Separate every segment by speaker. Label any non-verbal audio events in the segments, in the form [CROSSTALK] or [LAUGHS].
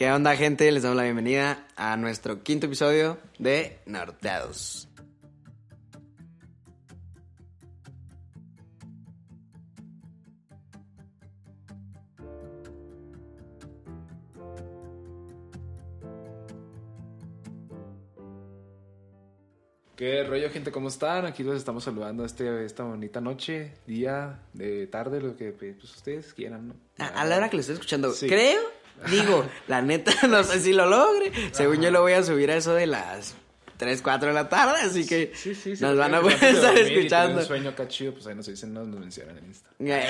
Speaker 1: ¿Qué onda, gente? Les damos la bienvenida a nuestro quinto episodio de Norteados.
Speaker 2: ¿Qué rollo, gente? ¿Cómo están? Aquí los estamos saludando este, esta bonita noche, día, de tarde, lo que pues, ustedes quieran, ¿no?
Speaker 1: A, a la hora que lo estoy escuchando,
Speaker 2: Sí.
Speaker 1: creo, digo, la neta, [LAUGHS] no sé si lo logre. Según yo lo voy a subir a eso de las 3, 4 de la tarde, así que
Speaker 2: Sí, sí, sí.
Speaker 1: nos van a
Speaker 2: porque
Speaker 1: poder
Speaker 2: antes de
Speaker 1: estar
Speaker 2: dormir y tener
Speaker 1: escuchando.
Speaker 2: Un sueño acá chido, pues ahí nos dicen, nos, nos mencionan en Insta. [LAUGHS] podcast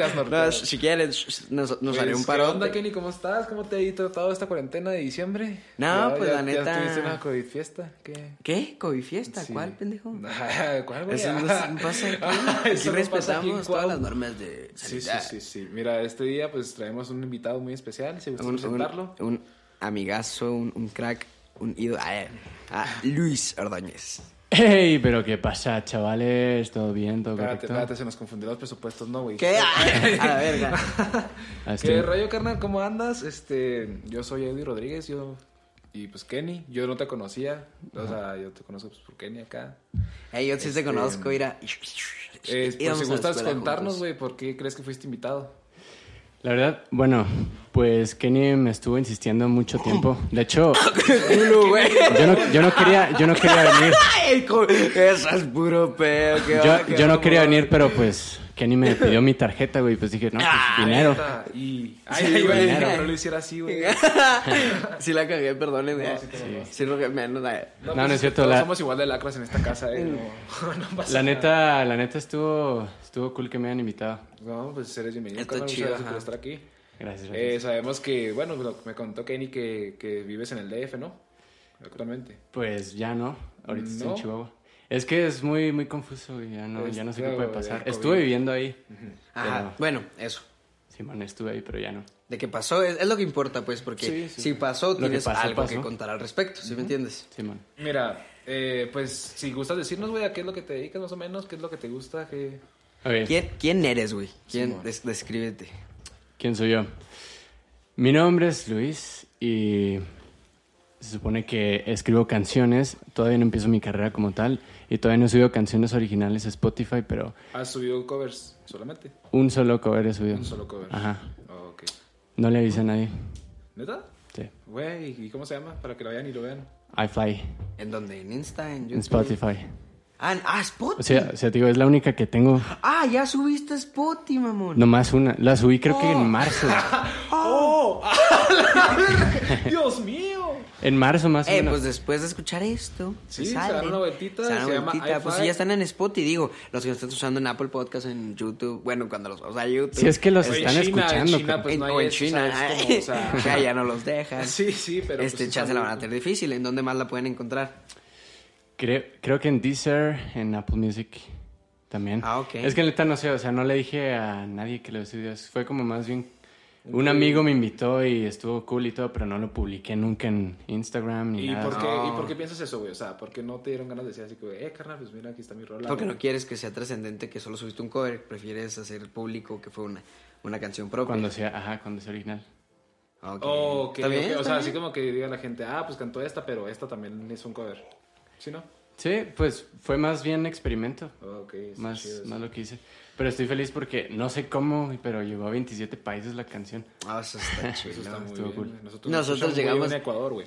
Speaker 1: Ah, no,
Speaker 2: norteado.
Speaker 1: si quieren, sh- nos, nos haré
Speaker 2: Pues,
Speaker 1: un
Speaker 2: ¿Qué
Speaker 1: paro.
Speaker 2: onda, Kenny? ¿Cómo estás? ¿Cómo te ha tratado esta cuarentena de diciembre?
Speaker 1: No, pues,
Speaker 2: ya-
Speaker 1: la
Speaker 2: ¿Ya
Speaker 1: neta-
Speaker 2: tuviste una COVID fiesta? ¿Qué?
Speaker 1: ¿Qué? ¿Covid fiesta?
Speaker 2: Sí. Ah,
Speaker 1: ¿Cuál, pendejo?
Speaker 2: [LAUGHS] ¿Cuál, güey?
Speaker 1: Eso no se- pasa aquí.
Speaker 2: [LAUGHS] Ah,
Speaker 1: Aquí
Speaker 2: eso no pasa aquí en
Speaker 1: respetamos todas
Speaker 2: Cuau.
Speaker 1: las normas de
Speaker 2: Sí, sí,
Speaker 1: sanidad.
Speaker 2: sí, sí. Mira, este día pues traemos un invitado muy especial, si gustas
Speaker 1: Un,
Speaker 2: presentarlo.
Speaker 1: un- un amigazo, un, un crack, un ídolo. Ah, eh, ah, Luis Ordóñez.
Speaker 3: ¡Ey! ¿Pero qué pasa, chavales? ¿Todo bien? ¿Todo
Speaker 2: Espérate,
Speaker 3: correcto?
Speaker 2: espérate, se nos confundieron los presupuestos, ¿no, güey?
Speaker 1: ¿Qué? Ah, A la verga.
Speaker 3: Ah,
Speaker 2: ¿Qué
Speaker 3: estoy-
Speaker 2: rollo, carnal? ¿Cómo andas? Este, yo soy Eddie Rodríguez, yo... Y pues Kenny, yo no te conocía, o sea, yo te conozco pues, por Kenny acá.
Speaker 1: Ey, yo sí te conozco, mira.
Speaker 2: Eh, Este, pues,
Speaker 1: Íbamos
Speaker 2: si
Speaker 1: a la
Speaker 2: gustas
Speaker 1: escuela
Speaker 2: contarnos,
Speaker 1: juntos.
Speaker 2: güey, ¿por qué crees que fuiste invitado?
Speaker 3: La verdad, bueno, pues Kenny me estuvo insistiendo mucho tiempo. De hecho,
Speaker 2: pues,
Speaker 1: [LAUGHS] Culo, güey.
Speaker 3: yo no, yo no quería, yo no quería venir.
Speaker 1: Ay, co- Eso es puro pedo. qué va,
Speaker 3: Yo,
Speaker 1: qué
Speaker 3: yo no
Speaker 1: va,
Speaker 3: quería
Speaker 1: güey.
Speaker 3: venir, pero pues Kenny me pidió mi tarjeta, güey. Pues dije, no,
Speaker 1: Ah,
Speaker 3: pues dinero.
Speaker 2: Ah,
Speaker 3: [LAUGHS]
Speaker 2: y...
Speaker 1: Sí,
Speaker 2: Ay, ay,
Speaker 1: güey.
Speaker 2: güey, dije, no lo hiciera así,
Speaker 1: [LAUGHS]
Speaker 2: güey.
Speaker 1: sí la cagué, perdonen. güey. sí, lo que menos. eh.
Speaker 3: No, no es
Speaker 2: pues,
Speaker 3: cierto,
Speaker 2: todos
Speaker 3: la-
Speaker 2: somos igual de lacras en esta casa,
Speaker 1: Mm.
Speaker 2: eh. No, [LAUGHS] no pasa
Speaker 3: La neta, la neta estuvo, estuvo cool que me hayan invitado.
Speaker 2: No, pues eres bienvenido.
Speaker 1: Está
Speaker 2: carnal,
Speaker 1: chido,
Speaker 2: Muchas gracias
Speaker 1: ajá.
Speaker 2: por estar aquí.
Speaker 3: Gracias, gracias.
Speaker 2: Eh, sabemos que, bueno, lo que me contó Kenny que, que vives en el DF, ¿no? Actualmente.
Speaker 3: Pues ya no, ahorita estoy
Speaker 2: ¿No?
Speaker 3: en Chihuahua. Es que es muy, muy confuso y ya no,
Speaker 2: Es-
Speaker 3: ya no sé qué
Speaker 2: claro,
Speaker 3: puede
Speaker 2: ya
Speaker 3: pasar.
Speaker 2: COVID.
Speaker 3: Estuve viviendo ahí.
Speaker 1: Ajá.
Speaker 3: Pero-
Speaker 1: Bueno, eso.
Speaker 3: Simón, estuve ahí, pero ya no.
Speaker 1: De que pasó, es, es lo que importa, pues, porque
Speaker 2: Sí, sí.
Speaker 1: si pasó,
Speaker 3: que
Speaker 1: tienes
Speaker 3: pasó,
Speaker 1: algo que
Speaker 3: pasó.
Speaker 1: contar al respecto, ¿sí me entiendes?
Speaker 3: Simón.
Speaker 2: Mira, eh, pues si gustas decirnos, güey, a qué es lo que te dedicas más o menos, qué es lo que te gusta, qué...
Speaker 3: Ok.
Speaker 1: ¿Quién, quién eres, güey? ¿Quién?
Speaker 2: Simón.
Speaker 1: des- descríbete.
Speaker 3: ¿Quién soy yo? Mi nombre es Luis y se supone que escribo canciones. Todavía no empiezo mi carrera como tal y todavía no he subido canciones originales a Spotify, pero
Speaker 2: ¿Has subido covers solamente?
Speaker 3: un solo cover he subido.
Speaker 2: Un solo cover.
Speaker 3: Ajá.
Speaker 2: Ok.
Speaker 3: No le avisé a nadie.
Speaker 2: ¿Neta?
Speaker 3: Sí.
Speaker 2: Güey, ¿y cómo se llama? Para que lo vean y lo vean.
Speaker 3: iFly
Speaker 1: ¿En dónde? ¿En Insta? ¿En YouTube?
Speaker 3: en Spotify.
Speaker 1: Ah, en- ah,
Speaker 3: O
Speaker 1: Spotify.
Speaker 3: sea, o sea, te digo, es la única que tengo.
Speaker 1: Ah, ya subiste Spotify, mamón.
Speaker 3: Nomás una. La subí creo que
Speaker 2: [LAUGHS]
Speaker 3: en marzo.
Speaker 2: ¡Oh! [LAUGHS] ¡Dios mío!
Speaker 3: En marzo más o
Speaker 1: Eh,
Speaker 3: menos.
Speaker 1: pues después de escuchar esto,
Speaker 2: Sí,
Speaker 1: se
Speaker 2: se
Speaker 1: sale.
Speaker 2: dan una vueltita,
Speaker 1: Se dan
Speaker 2: se
Speaker 1: una
Speaker 2: llama
Speaker 1: vueltita. Pues
Speaker 2: iFi.
Speaker 1: si ya están en Spotify, digo, los que nos están usando en Apple Podcast, en YouTube, bueno, cuando los vamos a YouTube.
Speaker 3: Si es que los
Speaker 2: Güey,
Speaker 3: están
Speaker 2: China,
Speaker 3: escuchando.
Speaker 2: China,
Speaker 3: creo.
Speaker 2: pues,
Speaker 1: en-
Speaker 2: no hay
Speaker 1: o en
Speaker 2: eso,
Speaker 1: China,
Speaker 2: ¿sabes? Como, o sea-
Speaker 1: o sea, [LAUGHS] ya no los dejan.
Speaker 2: [LAUGHS] Sí, sí, pero...
Speaker 1: este
Speaker 2: pues,
Speaker 1: chance la van a
Speaker 2: es
Speaker 1: tener difícil. ¿En dónde más la pueden encontrar?
Speaker 3: Creo, creo que en Deezer, en Apple Music también.
Speaker 1: Ah, ok.
Speaker 3: Es que neta no sé, o sea, no le dije a nadie que lo estudias. Fue como más bien. Un amigo me invitó y estuvo cool y todo, pero no lo publiqué nunca en Instagram ni
Speaker 2: ¿Y
Speaker 3: nada.
Speaker 2: por, qué,
Speaker 1: No.
Speaker 2: ¿Y por qué piensas eso, güey? O sea, ¿por qué no te dieron ganas de decir así que, eh, carnal, pues mira, aquí está mi rola?
Speaker 1: Porque
Speaker 2: güey?
Speaker 1: no quieres que sea trascendente que solo subiste un cover. Prefieres hacer público que fue una, una canción propia.
Speaker 3: Cuando sea, ajá, cuando sea original.
Speaker 1: Ah, Ok.
Speaker 2: Oh, ok,
Speaker 1: ¿Está bien?
Speaker 2: ok. O
Speaker 1: ¿Está
Speaker 2: sea,
Speaker 1: bien?
Speaker 2: así como que diga la gente, ah, pues cantó esta, pero esta también es un cover. ¿Sí, no?
Speaker 3: Sí, pues fue más bien experimento.
Speaker 2: Ok, está
Speaker 3: Más,
Speaker 2: chido eso.
Speaker 3: más lo que hice. Pero estoy feliz porque no sé cómo, pero llegó a 27 países la canción.
Speaker 1: Ah, eso
Speaker 2: [LAUGHS]
Speaker 1: está chido.
Speaker 2: Eso está muy
Speaker 3: estuvo
Speaker 2: bien.
Speaker 3: cool.
Speaker 2: güey. Nosotros,
Speaker 1: Nosotros llegamos-
Speaker 2: llegamos a Ecuador, güey.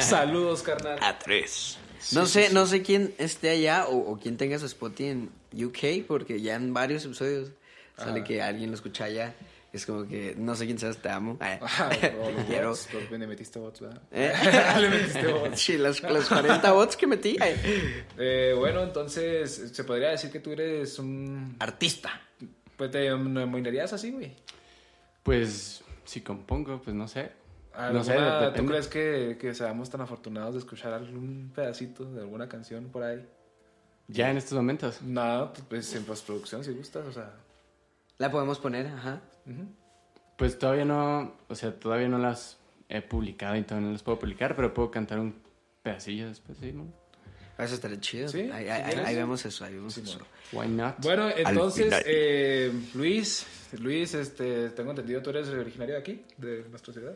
Speaker 2: Saludos, carnal.
Speaker 1: a tres. No sé, no sé quién esté allá o, o quién tenga su spot en UK, porque ya en varios episodios sale
Speaker 2: Ajá.
Speaker 1: que alguien lo escucha allá. Es como que no sé quién seas, te amo. Ay,
Speaker 2: [LAUGHS]
Speaker 1: [LAUGHS]
Speaker 2: Ah, o
Speaker 1: te
Speaker 2: los
Speaker 1: quiero.
Speaker 2: bots, los- le metiste bots, ¿verdad?
Speaker 1: Eh.
Speaker 2: [LAUGHS] Le metiste bots.
Speaker 1: Sí, los, los 40 bots que metí. ay.
Speaker 2: Eh, bueno, entonces, se podría decir que tú eres un.
Speaker 1: Artista.
Speaker 2: Pues te nominarías así, güey.
Speaker 3: Pues si compongo, pues no sé.
Speaker 2: ¿Alguna-
Speaker 3: No sé, de-
Speaker 2: Ah, ¿Tú
Speaker 3: depende.
Speaker 2: crees que, que seamos tan afortunados de escuchar algún pedacito de alguna canción por ahí?
Speaker 3: Ya en estos momentos.
Speaker 2: No, pues en postproducción si gustas, o sea.
Speaker 1: La podemos poner, ajá.
Speaker 2: ujú.
Speaker 3: Pues todavía no, o sea, todavía no las he publicado y todavía no las puedo publicar, pero puedo cantar un pedacillo después, ¿sí? ¿no?
Speaker 1: Ah, Eso estaría chido.
Speaker 2: Sí,
Speaker 1: ahí,
Speaker 2: si
Speaker 1: ahí-
Speaker 2: quieres,
Speaker 1: ahí
Speaker 2: sí.
Speaker 1: vemos eso, ahí vemos eso.
Speaker 3: Why not?
Speaker 2: Bueno, entonces,
Speaker 1: final.
Speaker 2: eh, Luis, Luis, este, tengo entendido, tú eres originario de aquí, de nuestra ciudad.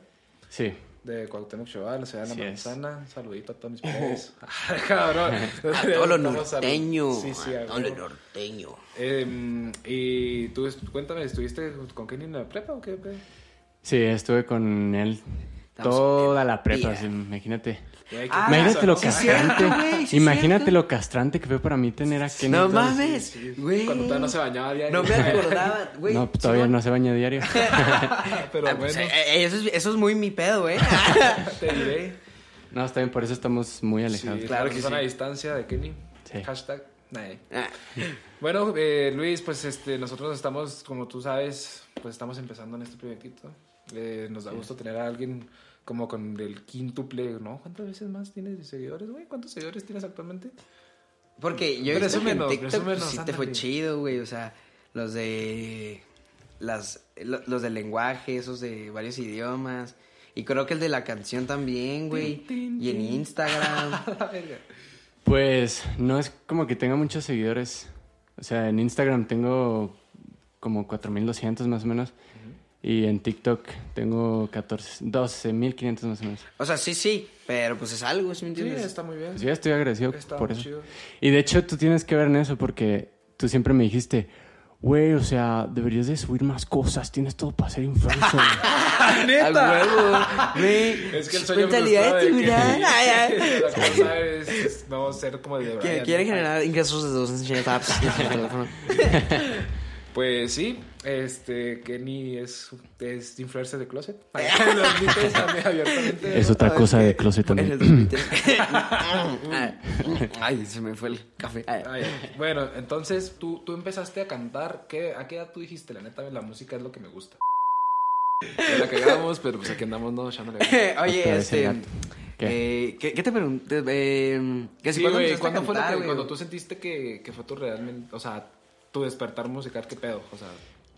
Speaker 3: Sí.
Speaker 2: de Cuauhtémoc Chaval, o sea, La
Speaker 3: Así es.
Speaker 2: Manzana. Un saludito a todos
Speaker 1: [LAUGHS]
Speaker 2: mis padres. Ay, cabrón. [LAUGHS]
Speaker 1: A todo lo
Speaker 2: Estamos a-
Speaker 1: norteño.
Speaker 2: Sí, sí, a
Speaker 1: a todo lo
Speaker 2: huevo.
Speaker 1: norteño.
Speaker 2: Em, y tú, es- cuéntame, ¿estuviste con Kenny en la prepa o qué? qué?
Speaker 3: Sí, estuve con él
Speaker 1: Estamos
Speaker 3: toda
Speaker 1: en
Speaker 3: la prepa,
Speaker 1: día.
Speaker 3: sí, imagínate.
Speaker 2: Güey, qué
Speaker 1: Ah,
Speaker 3: imagínate lo
Speaker 1: sí,
Speaker 2: [LAUGHS]
Speaker 1: es
Speaker 3: castrante.
Speaker 1: cierto, güey, sí, es
Speaker 3: imagínate
Speaker 1: cierto.
Speaker 3: lo castrante que fue para mí tener a Kenny.
Speaker 1: No
Speaker 3: todo-
Speaker 1: mames, güey.
Speaker 2: Cuando todavía no se bañaba diario. [LAUGHS]
Speaker 1: No me acordaba, güey.
Speaker 3: No, todavía
Speaker 1: Simón.
Speaker 3: no se baña diario.
Speaker 1: [LAUGHS]
Speaker 2: Pero
Speaker 1: Ah,
Speaker 2: bueno,
Speaker 1: pues, eh, eh, eso, es, eso es muy mi pedo,
Speaker 3: [LAUGHS]
Speaker 1: ¿eh?
Speaker 2: te diré.
Speaker 3: No, está bien, por eso estamos muy
Speaker 2: Sí,
Speaker 3: alejados.
Speaker 1: claro
Speaker 2: claro
Speaker 1: que
Speaker 2: que son
Speaker 1: sí.
Speaker 2: a distancia de Kenny.
Speaker 3: Sí.
Speaker 2: Hashtag. Nah.
Speaker 1: Ah,
Speaker 2: Bueno, eh, Luis, pues este, nosotros estamos, como tú sabes, pues estamos empezando en este proyectito. Eh, nos da gusto tener a alguien como con el quíntuple, ¿no? ¿Cuántas veces más tienes de seguidores, güey? ¿Cuántos seguidores tienes actualmente? [LAUGHS]
Speaker 1: porque yo he visto que en
Speaker 2: Presúmenos,
Speaker 1: TikTok pues,
Speaker 2: presúmenos,
Speaker 1: sí te fue
Speaker 2: ándale.
Speaker 1: chido, güey. O sea, los de. Las, lo- los del lenguaje, esos de varios idiomas. Y creo que el de la canción también, güey.
Speaker 2: Tin, tin,
Speaker 1: Y en
Speaker 2: tin.
Speaker 1: Instagram.
Speaker 2: A la verga.
Speaker 3: Pues no es como que tenga muchos seguidores. O sea, en Instagram tengo como 4200 más o menos. Y en TikTok tengo 14, 12500 más o menos.
Speaker 1: O sea, sí, sí. Pero pues es algo, ¿sí me
Speaker 2: Sí,
Speaker 1: entiendes?
Speaker 2: está muy bien.
Speaker 3: Pues yo estoy agradecido
Speaker 2: Está
Speaker 3: por
Speaker 2: muy
Speaker 3: eso.
Speaker 1: [LAUGHS]
Speaker 2: chido.
Speaker 3: Y de hecho tú tienes que ver en eso porque tú siempre me dijiste, güey, o sea, deberías de subir más cosas, tienes todo para ser influencer.
Speaker 1: A huevo, güey.
Speaker 2: [LAUGHS] Es que el sueño
Speaker 1: Ah, Mentalidad
Speaker 2: frustrado de [LAUGHS]
Speaker 1: criminal,
Speaker 2: Kenny.
Speaker 1: ay, ay.
Speaker 2: La cosa es, es no ser como el de
Speaker 1: Que
Speaker 2: Brian.
Speaker 1: quiere generar ingresos de dos enseñanzas apps [LAUGHS] en el teléfono.
Speaker 2: Pues sí, este, Kenny es, es influencer de closet.
Speaker 1: [LAUGHS]
Speaker 2: [LAUGHS] Lo admites también abiertamente.
Speaker 3: es otra
Speaker 1: Ay,
Speaker 3: cosa
Speaker 1: que-
Speaker 3: de closet
Speaker 1: en
Speaker 3: también.
Speaker 1: el
Speaker 3: [LAUGHS]
Speaker 1: 2023. Ay, se me fue el café. Ay.
Speaker 2: Ay, bueno, entonces tú, tú empezaste a cantar. ¿qué, ¿A qué edad tú dijiste? La neta, la música es lo que me gusta. Ya La cagamos, pero pues aquí andamos, no,
Speaker 1: [LAUGHS]
Speaker 2: echándole.
Speaker 1: [LAUGHS] Oye,
Speaker 3: Otra vez el
Speaker 1: este.
Speaker 3: gato. ¿Qué?
Speaker 1: eh, ¿qué, qué te pregunté? Eh, que si
Speaker 2: [LAUGHS] Sí,
Speaker 1: cuándo
Speaker 2: güey,
Speaker 1: empezaste a
Speaker 2: ¿cuándo fue lo
Speaker 1: cantar,
Speaker 2: que-
Speaker 1: güey?
Speaker 2: cuando tú sentiste que, que fue tu realmente, o sea, tu despertar musical, qué pedo? O sea,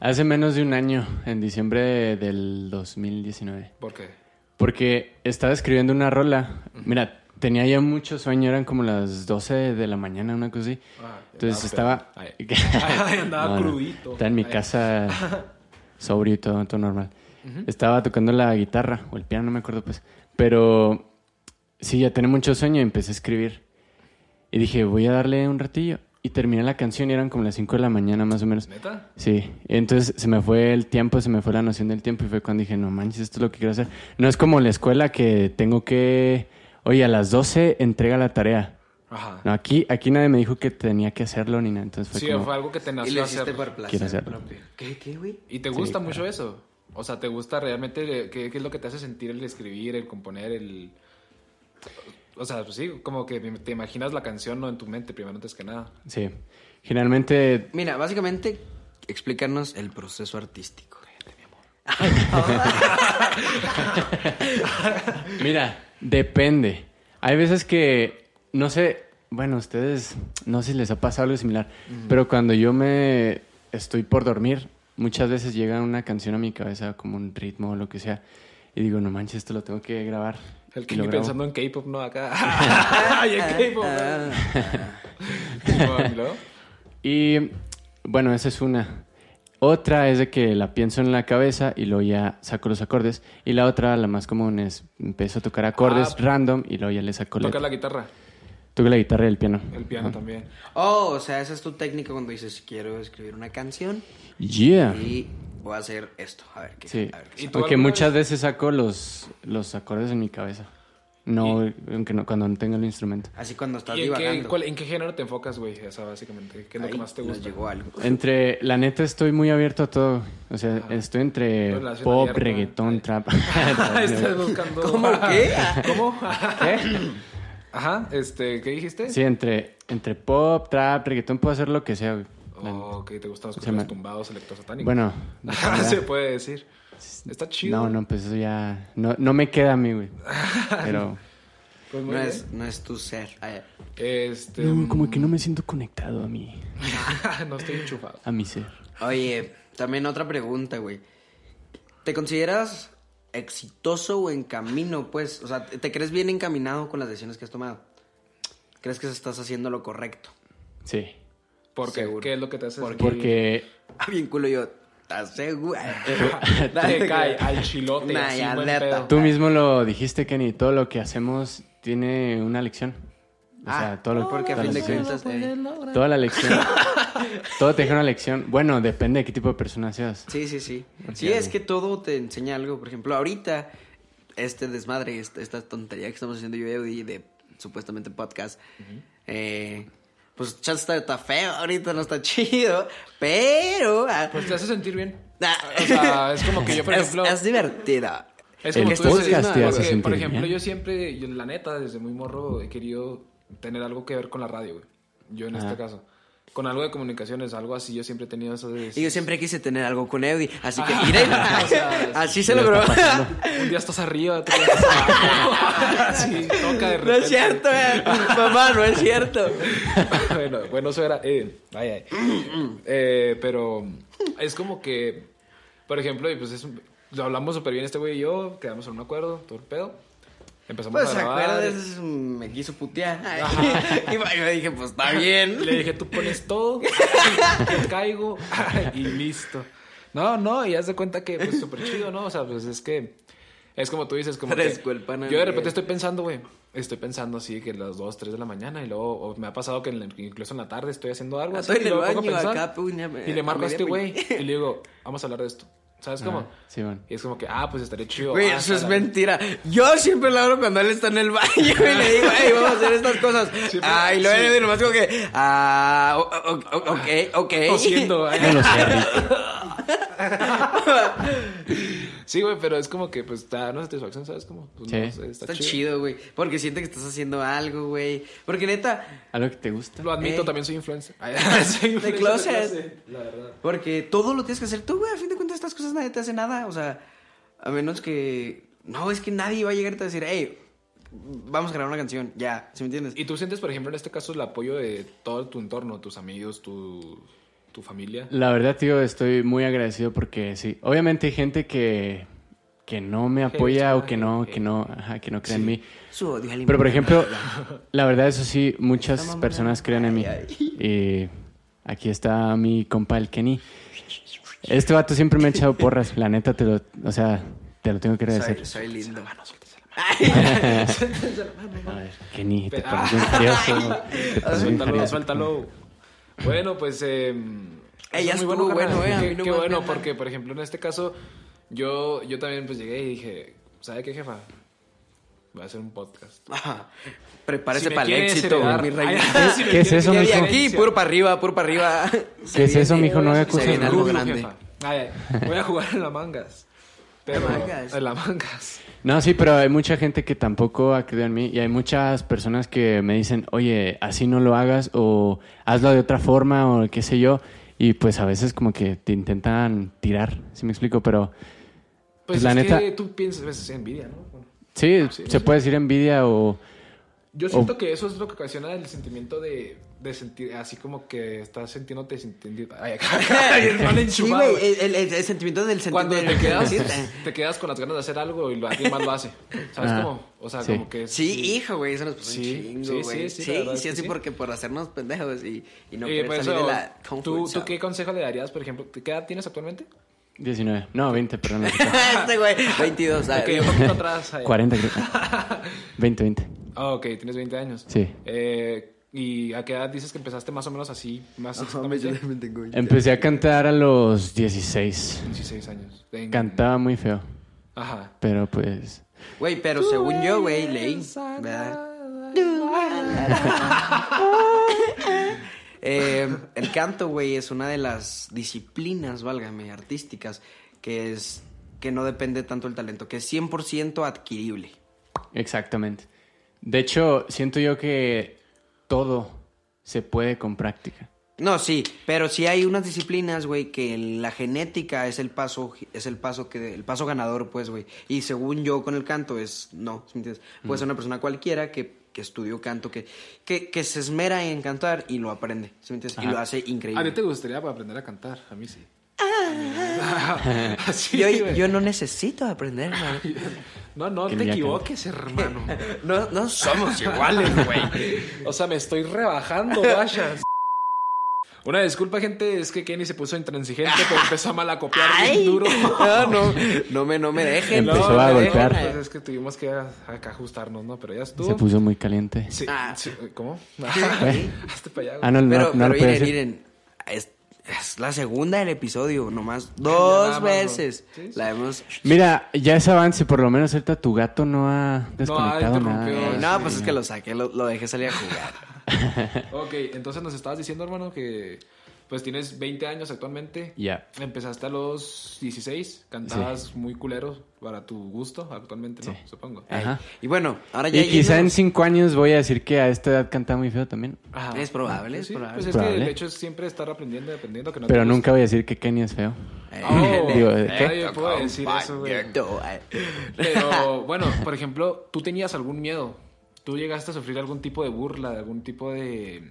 Speaker 3: Hace menos de un año, en diciembre de- del 2019.
Speaker 2: ¿por qué?
Speaker 3: Porque estaba escribiendo una rola. Mira, tenía ya mucho sueño, eran como las 12 de la mañana, una cosa así.
Speaker 2: Ah,
Speaker 3: Entonces
Speaker 2: andaba
Speaker 3: estaba... [LAUGHS]
Speaker 2: pedo. [LAUGHS] Ay, andaba crudito.
Speaker 3: Estaba en mi
Speaker 2: Ay. [LAUGHS]
Speaker 3: casa sobrio y todo, todo normal. Estaba tocando la guitarra o el piano, no me acuerdo pues. Pero sí, ya tenía mucho sueño y empecé a escribir. Y dije, voy a darle un ratillo. Y terminé la canción y eran como las 5 de la mañana más o menos.
Speaker 2: ¿Neta?
Speaker 3: Sí, entonces se me fue el tiempo, se me fue la noción del tiempo y fue cuando dije, no manches, esto es lo que quiero hacer. No es como la escuela que tengo que, oye, a las 12 entrega la tarea.
Speaker 2: Ajá.
Speaker 3: No, aquí, aquí nadie me dijo que tenía que hacerlo ni nada, entonces fue
Speaker 2: sí,
Speaker 3: como,
Speaker 2: fue algo que te
Speaker 1: Y lo
Speaker 2: nació
Speaker 1: hiciste
Speaker 2: hacer.
Speaker 1: por placer.
Speaker 3: quiero hacerlo.
Speaker 1: propio. ¿Qué, qué, güey?
Speaker 2: ¿Y te gusta mucho eso? O sea, ¿te gusta realmente qué, qué es lo que te hace sentir el escribir, el componer, el... O sea, pues sí, como que te imaginas la canción ¿no? en tu mente primero antes que nada.
Speaker 3: Sí, generalmente,
Speaker 1: Mira, básicamente, explícanos el proceso
Speaker 2: [LAUGHS]
Speaker 1: artístico.
Speaker 3: mira, depende. Hay veces que, no sé, bueno, ustedes, no sé si les ha pasado algo similar, pero cuando yo me estoy por dormir, muchas veces llega una canción a mi cabeza, como un ritmo o lo que sea, y digo, no manches, esto lo tengo que grabar.
Speaker 2: El
Speaker 3: Y
Speaker 2: que
Speaker 3: lo
Speaker 2: ni
Speaker 3: grabo.
Speaker 2: pensando en K-pop, ¿no?
Speaker 3: [LAUGHS]
Speaker 2: Acá. ¡Ay,
Speaker 1: Ah,
Speaker 2: en K-pop! ¿no? Simón, ¿y luego?
Speaker 3: Y bueno, esa es una. Otra es de que la pienso en la cabeza y luego ya saco los acordes. Y la otra, la más común, es empiezo a tocar acordes
Speaker 2: Ah.
Speaker 3: random y luego ya le saco
Speaker 2: Tocar
Speaker 3: letra.
Speaker 2: la guitarra,
Speaker 3: Toco la guitarra y el piano.
Speaker 2: el piano también.
Speaker 1: Oh, o sea, esa es tu técnica cuando dices, quiero escribir una canción
Speaker 3: Yeah.
Speaker 1: y voy a hacer esto. A ver qué.
Speaker 3: Ah. Sí.
Speaker 1: A ver qué
Speaker 2: ¿Y tú
Speaker 3: Porque
Speaker 2: alguna
Speaker 3: muchas veces saco los, los acordes en mi cabeza. No, aunque no, cuando no tengo el instrumento.
Speaker 1: Así cuando estás
Speaker 2: ¿Y en qué,
Speaker 1: divagando.
Speaker 2: cuál- en qué género te enfocas, güey? O sea, básicamente, ¿qué es lo
Speaker 1: Ahí
Speaker 2: que más te
Speaker 1: nos
Speaker 2: gusta? [LAUGHS]
Speaker 1: llegó algo.
Speaker 3: Entre, la neta, estoy muy abierto a todo. O sea, estoy entre
Speaker 2: Relación
Speaker 3: pop,
Speaker 2: abierta. [LAUGHS]
Speaker 3: reggaetón, trap.
Speaker 2: Estás buscando...
Speaker 1: ¿Cómo qué?
Speaker 2: [LAUGHS] ¿Cómo?
Speaker 3: ¿Qué?
Speaker 2: Ajá, este, ¿qué dijiste?
Speaker 3: Sí, entre, entre pop, trap, reggaetón, puedo hacer lo que sea, güey. La
Speaker 2: Oh, ok, te gustan los
Speaker 3: Se
Speaker 2: corridos
Speaker 3: me-
Speaker 2: tumbados electrosatánicos. [LAUGHS]
Speaker 3: Bueno,
Speaker 2: se puede decir. Ah, Está chido.
Speaker 3: no, no, pues eso ya. No, no me queda a
Speaker 2: [LAUGHS]
Speaker 3: mí, güey. Pero.
Speaker 2: Pues muy
Speaker 1: No
Speaker 2: bien.
Speaker 1: es, no es tu ser. A ver.
Speaker 2: Este.
Speaker 3: No, como que no me siento conectado a mí.
Speaker 2: [LAUGHS] no estoy enchufado.
Speaker 3: A mi ser.
Speaker 1: Oye, también otra pregunta, güey. ¿Te consideras exitoso o en camino, pues? O sea, ¿te te crees bien encaminado con las decisiones que has tomado? ¿Crees que estás haciendo lo correcto?
Speaker 3: Sí.
Speaker 2: Porque,
Speaker 1: Seguro.
Speaker 2: ¿qué es lo que te hace
Speaker 1: ¿Por
Speaker 2: sentir?
Speaker 3: Porque.
Speaker 1: Ah, bien culo yo. ¿Estás
Speaker 3: [LAUGHS]
Speaker 1: seguro?
Speaker 2: [LAUGHS]
Speaker 1: [LAUGHS] Ah,
Speaker 2: Te cae al chilote.
Speaker 1: Nah,
Speaker 2: así,
Speaker 1: ya,
Speaker 2: buen
Speaker 1: neta.
Speaker 2: pedo.
Speaker 3: Tú mismo lo dijiste, Kenny, todo lo que hacemos tiene una lección. O sea,
Speaker 1: Ah,
Speaker 3: todo lo
Speaker 1: porque a
Speaker 3: todas
Speaker 1: fin de
Speaker 3: las lecciones.
Speaker 1: cuentas, eh,
Speaker 3: Toda
Speaker 1: [LAUGHS]
Speaker 3: la lección. todo te deja una lección. Bueno, depende de qué tipo de persona seas.
Speaker 1: sí, sí, sí. Sí, es que todo te enseña algo. Por ejemplo, ahorita, este desmadre, esta, esta tontería que estamos haciendo yo y Eudy de supuestamente podcast, eh, pues chance está, está feo, ahorita no está [LAUGHS] chido, pero... ah,
Speaker 2: Pues te hace sentir bien.
Speaker 1: ah,
Speaker 2: O sea, es como que yo, por
Speaker 1: [LAUGHS] es-
Speaker 2: ejemplo.
Speaker 1: Es, divertida.
Speaker 2: Es
Speaker 3: El
Speaker 2: como tú dices,
Speaker 3: podcast te
Speaker 2: ¿no?
Speaker 3: hace
Speaker 2: Porque, Por
Speaker 3: sentir
Speaker 2: ejemplo,
Speaker 3: bien.
Speaker 2: yo siempre, yo, la neta, desde muy morro he querido tener algo que ver con la radio, güey. Yo en este caso. Con algo de comunicaciones, algo así, yo siempre he tenido eso de...
Speaker 1: Y yo siempre quise tener algo con Eudy, así que
Speaker 2: Ah,
Speaker 1: miren,
Speaker 2: [LAUGHS] o sea,
Speaker 1: así se logró.
Speaker 2: Un día estás arriba, otro día estás abajo. Así, toca de
Speaker 1: [LAUGHS]
Speaker 2: repente.
Speaker 1: No es cierto, eh. mamá, no es cierto.
Speaker 2: [LAUGHS] bueno, bueno, eso era. eh, ay, ay. Eh, pero es como que, por ejemplo, y pues es un- lo hablamos súper bien este güey y yo, quedamos en un acuerdo, todo el pedo. Empezamos
Speaker 1: Pues,
Speaker 2: a
Speaker 1: ¿se
Speaker 2: grabar.
Speaker 1: acuerdas? Me quiso putear. [LAUGHS] Y yo dije, pues, está bien.
Speaker 2: Le dije, tú pones todo, yo caigo [LAUGHS] y listo. No, no, y haz de cuenta que, pues, súper chido, ¿no? O sea, pues es que es como tú dices, como. que-
Speaker 1: Fresco el pana,
Speaker 2: Yo de repente
Speaker 1: Miguel.
Speaker 2: estoy pensando, güey. Estoy pensando así que las 2, 3 de la mañana y luego o me ha pasado que en la- incluso en la tarde estoy haciendo algo. así,
Speaker 1: Estoy en
Speaker 2: y
Speaker 1: el
Speaker 2: luego me pongo a
Speaker 1: baño
Speaker 2: pensar.
Speaker 1: acá, puña, me-
Speaker 2: Y le marco a
Speaker 1: a
Speaker 2: este
Speaker 1: media
Speaker 2: güey
Speaker 1: puña.
Speaker 2: y le digo, vamos a hablar de esto. ¿Sabes cómo?
Speaker 3: sí, bueno.
Speaker 2: Y es como que, ah, pues estaría
Speaker 1: [LAUGHS]
Speaker 2: chido.
Speaker 1: Güey,
Speaker 2: ah,
Speaker 1: eso es
Speaker 2: la-
Speaker 1: mentira. Yo siempre le hablo cuando él está en el baño y le digo, hey, vamos a hacer estas cosas. Ah,
Speaker 2: Siempre-
Speaker 1: Ay, lo
Speaker 2: sí.
Speaker 1: he nomás como que, ah, o- o- o- ok, ok. [LAUGHS]
Speaker 2: Tosiendo, eh.
Speaker 3: No lo sé.
Speaker 2: Sí, güey, pero es como que, pues, está una satisfacción, ¿sabes cómo? Pues,
Speaker 3: Sí.
Speaker 2: no sé,
Speaker 1: Está chido, güey. Porque siente que estás haciendo algo, güey. Porque neta,
Speaker 3: Algo que te gusta.
Speaker 2: Lo admito,
Speaker 1: Ey.
Speaker 2: también
Speaker 1: [LAUGHS]
Speaker 2: soy influencer. Ay, soy influencer de
Speaker 1: closet.
Speaker 2: clase, La verdad.
Speaker 1: Porque todo lo tienes que hacer tú, güey. A fin de cuentas, estas cosas nadie te hace nada. O sea, a menos que. No, es que nadie va a llegar y te va a decir, hey, vamos a grabar una canción. Ya, ¿sí me entiendes?
Speaker 2: ¿Y tú sientes, por ejemplo, en este caso, el apoyo de todo tu entorno, tus amigos, tu, tu familia?
Speaker 3: La verdad, tío, estoy muy agradecido porque sí. Obviamente hay gente que, que no me apoya o que no, que no, ajá, que no cree en mí.
Speaker 1: Su odio al
Speaker 3: Pero por
Speaker 1: invierno.
Speaker 3: [LAUGHS] ejemplo, la verdad, eso sí,
Speaker 1: Esta
Speaker 3: muchas
Speaker 1: mamá.
Speaker 3: personas creen en mí.
Speaker 1: Ay,
Speaker 3: Y aquí está mi compa el Kenny. Este vato siempre me ha echado porras, la neta te lo, o sea, te lo tengo que agradecer.
Speaker 1: soy, soy lindo.
Speaker 3: A ver, ah. Kenny, te
Speaker 2: Pe-
Speaker 3: pones bien [LAUGHS] furioso. Te
Speaker 1: Ah,
Speaker 3: pones bien
Speaker 2: Suéltalo,
Speaker 3: furioso.
Speaker 2: suéltalo. Bueno, pues. Eh,
Speaker 1: em,
Speaker 2: eso
Speaker 1: Ey, ya
Speaker 2: es
Speaker 1: estuvo bueno,
Speaker 2: carnal.
Speaker 1: eh, a mí
Speaker 2: Qué,
Speaker 1: no
Speaker 2: qué
Speaker 1: me
Speaker 2: bueno,
Speaker 1: ofendan.
Speaker 2: porque, por ejemplo, en este caso, yo, yo también pues llegué y dije, ¿sabe qué, jefa? Voy a hacer un podcast.
Speaker 1: Ajá. Prepárese
Speaker 2: Si me
Speaker 1: para el
Speaker 2: quieres
Speaker 1: éxito,
Speaker 2: heredar-
Speaker 1: mi rey.
Speaker 2: Ay, si me
Speaker 3: ¿Qué
Speaker 2: quieres
Speaker 3: es eso,
Speaker 1: Y
Speaker 2: heredar
Speaker 3: mijo?
Speaker 1: aquí,
Speaker 2: herencia.
Speaker 1: puro para arriba, puro para arriba. Se
Speaker 3: es eso,
Speaker 1: viene-
Speaker 3: mijo? No me
Speaker 1: se
Speaker 3: acuses.
Speaker 1: viene algo
Speaker 2: Rubio,
Speaker 1: grande.
Speaker 2: jefa. Ay, ay, voy a jugar en
Speaker 1: [LAUGHS]
Speaker 2: la mangas. Pero,
Speaker 1: En Mangas.
Speaker 2: en la mangas.
Speaker 3: No, sí, pero hay mucha gente que tampoco ha creído en mí y hay muchas personas que me dicen, oye, así no lo hagas o hazlo de otra forma o qué sé yo. Y pues a veces como que te intentan tirar, si me explico, pero
Speaker 2: Pues
Speaker 3: Pues la
Speaker 2: es
Speaker 3: neta-
Speaker 2: que tú piensas, pues, es envidia, ¿no? Bueno,
Speaker 3: sí, se puede decir envidia o... Oh.
Speaker 2: Yo siento que eso es lo que ocasiona el sentimiento de, de sentir, así como que estás sintiéndote sintiendo. Ay, [LAUGHS] acá, acá,
Speaker 1: [LAUGHS]
Speaker 2: bien mal
Speaker 1: Sí,
Speaker 2: enchufado,
Speaker 1: güey,
Speaker 2: güey.
Speaker 1: el, el- el sentimiento del sentimiento.
Speaker 2: Cuando te
Speaker 1: [LAUGHS]
Speaker 2: quedas, te quedas con las ganas de hacer algo y lo- alguien más lo hace. ¿Sabes
Speaker 3: Ah,
Speaker 2: cómo? O sea,
Speaker 3: sí.
Speaker 2: como que. es-
Speaker 1: Sí, hijo, güey, eso nos pasó
Speaker 2: Sí,
Speaker 1: un
Speaker 2: sí,
Speaker 1: chingo,
Speaker 2: sí,
Speaker 1: güey. Sí,
Speaker 2: sí, la
Speaker 1: sí,
Speaker 2: verdad es
Speaker 1: sí,
Speaker 2: que
Speaker 1: así
Speaker 2: sí.
Speaker 1: porque por hacernos pendejos y, y no
Speaker 2: Y
Speaker 1: querer
Speaker 2: por
Speaker 1: salir
Speaker 2: eso,
Speaker 1: de la comfort
Speaker 2: ¿tú, ¿tú
Speaker 1: zone.
Speaker 2: qué consejo le darías, por ejemplo? ¿Qué edad tienes actualmente?
Speaker 3: 19, no, 20, perdón. la otra.
Speaker 1: [LAUGHS] este güey, 22 [LAUGHS] años.
Speaker 2: Que yo poquito atrás. ay.
Speaker 3: 40, creo. 20, 20.
Speaker 2: [LAUGHS] Ah, ok, tienes 20 años.
Speaker 3: Sí.
Speaker 2: Eh, ¿Y a qué edad dices que empezaste más o menos así? Más exactamente?
Speaker 3: Empecé a cantar a los 16.
Speaker 2: 16 años. En-
Speaker 3: Cantaba muy feo,
Speaker 2: Ajá.
Speaker 3: pero pues...
Speaker 1: Güey, pero según yo, güey, leí. ¿verdad? Eh, el canto, güey, es una de las disciplinas, válgame, artísticas, que es que no depende tanto del talento, que es 100% adquirible.
Speaker 3: Exactamente. De hecho, siento yo que todo se puede con práctica.
Speaker 1: No, sí, pero sí hay unas disciplinas, güey, que la genética es el paso, es el paso que, el paso ganador, pues, güey. Y según yo con el canto es, no, ¿sí me entiendes? Puede ser una persona cualquiera que, que estudió canto, que, que, que se esmera en cantar y lo aprende, ¿sí me entiendes? Y
Speaker 3: Ajá.
Speaker 1: lo hace
Speaker 2: ¿A ti
Speaker 1: increíble.
Speaker 2: te gustaría aprender a cantar? A mí sí.
Speaker 3: Ah.
Speaker 2: [LAUGHS] Sí,
Speaker 1: Yo,
Speaker 2: güey.
Speaker 1: yo no necesito aprender, güey.
Speaker 2: No, no
Speaker 3: Que
Speaker 2: te
Speaker 3: ya
Speaker 2: equivoques,
Speaker 3: [LAUGHS]
Speaker 2: hermano.
Speaker 1: [LAUGHS] No, no somos iguales, güey.
Speaker 2: O sea, me estoy rebajando, vayas. Una disculpa, gente, es que Kenny se puso intransigente, pero empezó a malacopiar bien duro.
Speaker 1: Ah, no, no me, no me dejen.
Speaker 3: [LAUGHS] Empezó
Speaker 1: no
Speaker 3: a
Speaker 1: me
Speaker 3: golpear.
Speaker 1: dejen.
Speaker 2: Pues es que tuvimos que a- acá ajustarnos, ¿no? Pero ya estuvo.
Speaker 3: Se puso muy caliente.
Speaker 2: Sí,
Speaker 1: Ah.
Speaker 2: sí,
Speaker 3: [LAUGHS]
Speaker 2: ¿Cómo?
Speaker 3: ¿Eh?
Speaker 2: [LAUGHS] Hazte para allá. güey.
Speaker 3: Ah, no, no,
Speaker 1: Pero,
Speaker 3: no
Speaker 1: pero
Speaker 3: lo
Speaker 1: miren,
Speaker 3: puede decir.
Speaker 1: miren, es, es la segunda del episodio, nomás
Speaker 2: nada
Speaker 1: dos
Speaker 2: más, ¿no?
Speaker 1: veces.
Speaker 2: Sí, sí.
Speaker 1: La hemos...
Speaker 3: Mira, ya es avance, por lo menos ahorita tu gato no ha desconectado nada.
Speaker 2: interrumpido.
Speaker 1: Eh,
Speaker 2: sí.
Speaker 1: no, pues es que lo saqué, lo, lo dejé salir a jugar.
Speaker 2: Ok, entonces nos estabas diciendo, hermano, que pues tienes 20 años actualmente.
Speaker 3: Ya.
Speaker 2: Empezaste a los 16, cantabas muy culero para tu gusto actualmente, ¿no? Supongo.
Speaker 3: Ajá.
Speaker 1: Y bueno, ahora ya...
Speaker 3: Y quizá en
Speaker 1: yéndonos-
Speaker 3: cinco años voy a decir que a esta edad canta muy feo también.
Speaker 2: Ajá.
Speaker 1: Es probable, es
Speaker 2: Ah, Sí,
Speaker 1: probable.
Speaker 2: Pues es
Speaker 3: Probable.
Speaker 2: que el hecho es siempre estar aprendiendo y aprendiendo que no
Speaker 3: Pero
Speaker 2: te gusta.
Speaker 3: nunca voy a decir que Kenny es feo.
Speaker 1: [LAUGHS]
Speaker 2: Oh,
Speaker 3: [LAUGHS] Digo, ¿eh,
Speaker 1: eh,
Speaker 3: qué?
Speaker 2: nadie puede decir eso, güey.
Speaker 1: compañero, eh.
Speaker 2: Pero bueno, por ejemplo, tú tenías algún miedo. Tú llegaste a sufrir algún tipo de burla, de algún tipo de.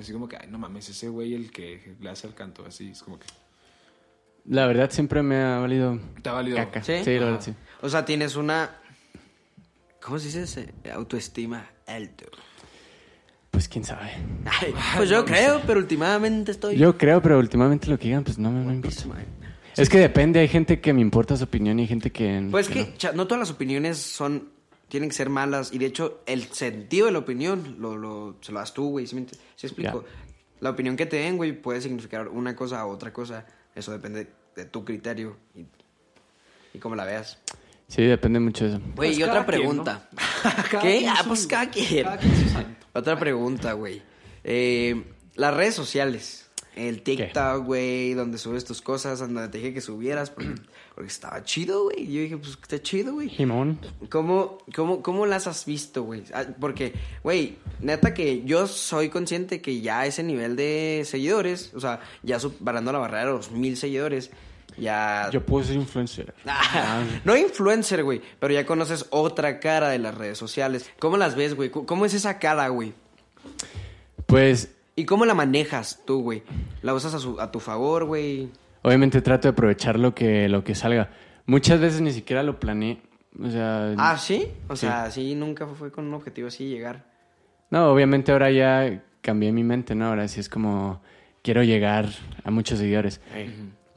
Speaker 2: Así como que, ay, no mames, ese güey el que le hace el canto. Así es como que.
Speaker 3: La verdad siempre me ha valido
Speaker 2: Te ha valido.
Speaker 3: caca.
Speaker 1: ¿Sí?
Speaker 3: la verdad sí.
Speaker 1: O sea, tienes una... ¿Cómo se dice? ese? Autoestima alto.
Speaker 3: Pues quién sabe.
Speaker 1: Ay, pues yo creo, pero últimamente estoy...
Speaker 3: Yo creo, pero últimamente lo que digan, pues no me, no me importa. Es que depende, hay gente que me importa su opinión y hay gente
Speaker 2: Mm,
Speaker 3: que...
Speaker 1: Pues que cha- no todas las opiniones son tienen que ser malas y de hecho el sentido de la opinión lo, lo- se lo das tú, güey. ¿Sí, me ent- sí explico? La opinión que te den, güey, puede significar una cosa o otra cosa. Eso depende de tu criterio y, y cómo la veas.
Speaker 3: Sí, depende mucho de eso.
Speaker 1: Güey,
Speaker 2: Pues
Speaker 1: y otra
Speaker 2: cada quien,
Speaker 1: pregunta.
Speaker 2: ¿no? [LAUGHS] Cada
Speaker 1: [LAUGHS] ¿Qué?
Speaker 2: quien
Speaker 1: Ah,
Speaker 2: su-
Speaker 1: pues cada quien.
Speaker 2: cada quien su santo.
Speaker 1: [LAUGHS] Otra pregunta, güey. Eh, las redes sociales. El TikTok, güey, donde subes tus cosas, donde te dije que subieras, porque, porque estaba chido, güey. Yo dije, pues está chido, güey.
Speaker 3: Jimón.
Speaker 1: ¿Cómo, cómo, cómo las has visto, güey? Ah, Porque, güey, neta que yo soy consciente que ya a ese nivel de seguidores, o sea, ya superando la barrera de los mil seguidores, ya...
Speaker 3: Yo puedo ser influencer.
Speaker 1: Ah, [LAUGHS] no influencer, güey, pero ya conoces otra cara de las redes sociales. ¿Cómo las ves, güey? ¿Cómo- ¿Cómo es esa cara, güey?
Speaker 3: Pues
Speaker 1: ¿Y cómo la manejas tú, güey? ¿La usas a, su- a tu favor, güey?
Speaker 3: obviamente trato de aprovechar lo que, lo que salga. Muchas veces ni siquiera lo planeé. O sea...
Speaker 1: Ah, ¿sí? O sea, sí, nunca fue con un objetivo así llegar.
Speaker 3: No, obviamente ahora ya cambié mi mente, ¿no? Ahora sí es como quiero llegar a muchos seguidores.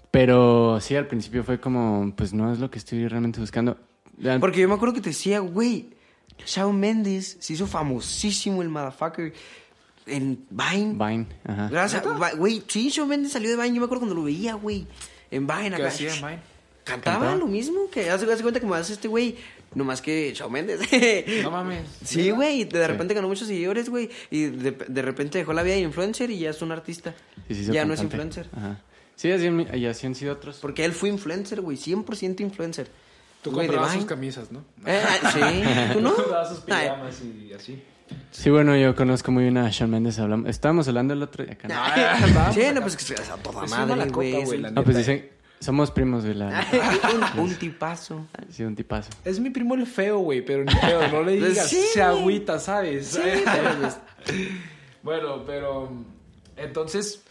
Speaker 3: Pero sí, al principio fue como, pues no es lo que estoy realmente buscando. La-
Speaker 1: Porque yo me acuerdo que te decía, güey, Shawn Mendes se hizo famosísimo el motherfucker en Vine.
Speaker 3: Vine, ajá.
Speaker 1: Gracias, Va- güey, sí, Shawn Mendes salió de Vine, yo me acuerdo cuando lo veía, güey, en Vine.
Speaker 2: ¿Qué
Speaker 1: acá.
Speaker 2: hacía Vine?
Speaker 1: Cantaba,
Speaker 3: ¿Cantaba?
Speaker 1: lo mismo, que hace, hace cuenta que me hace este güey, nomás que Shawn Mendes.
Speaker 2: No mames.
Speaker 1: [LAUGHS] Sí, güey, y de repente ganó muchos seguidores, güey, y de, de repente dejó la vida de influencer y ya es un artista.
Speaker 3: Sí, sí,
Speaker 1: ya
Speaker 3: soy
Speaker 1: no es
Speaker 3: cantante.
Speaker 1: influencer.
Speaker 3: Ajá. Sí, así, en mi- y así han sido otros.
Speaker 1: Porque él fue influencer, güey, 100% influencer.
Speaker 2: Tú
Speaker 1: Güey, de
Speaker 2: comprabas sus
Speaker 1: Vine.
Speaker 2: camisas, ¿no?
Speaker 1: Eh, ah,
Speaker 2: [LAUGHS]
Speaker 1: sí, tú no.
Speaker 2: comprabas sus
Speaker 1: Ay,
Speaker 2: pijamas y así.
Speaker 3: Sí, bueno, yo conozco muy bien a Shawn Mendes. Hablamos, estábamos hablando el otro día. acá, ¿no?
Speaker 2: vamos
Speaker 1: sí, no,
Speaker 2: acá.
Speaker 1: pues que es a toda
Speaker 2: Es una
Speaker 1: madre,
Speaker 2: lacota,
Speaker 1: güey. es
Speaker 2: güey,
Speaker 1: un-
Speaker 2: la
Speaker 1: [LAUGHS]
Speaker 3: No, pues
Speaker 2: neta.
Speaker 3: dicen, somos primos de la... [LAUGHS]
Speaker 1: un, un tipazo.
Speaker 3: Sí, un tipazo.
Speaker 2: Es mi primo el feo, güey, pero ni feo, no
Speaker 1: [LAUGHS]
Speaker 2: le
Speaker 1: Pues
Speaker 2: digas,
Speaker 1: sí,
Speaker 2: se
Speaker 1: güey.
Speaker 2: agüita,
Speaker 1: [LAUGHS]
Speaker 2: ¿sabes?
Speaker 1: Sí, pero pues-
Speaker 2: [LAUGHS] bueno, pero entonces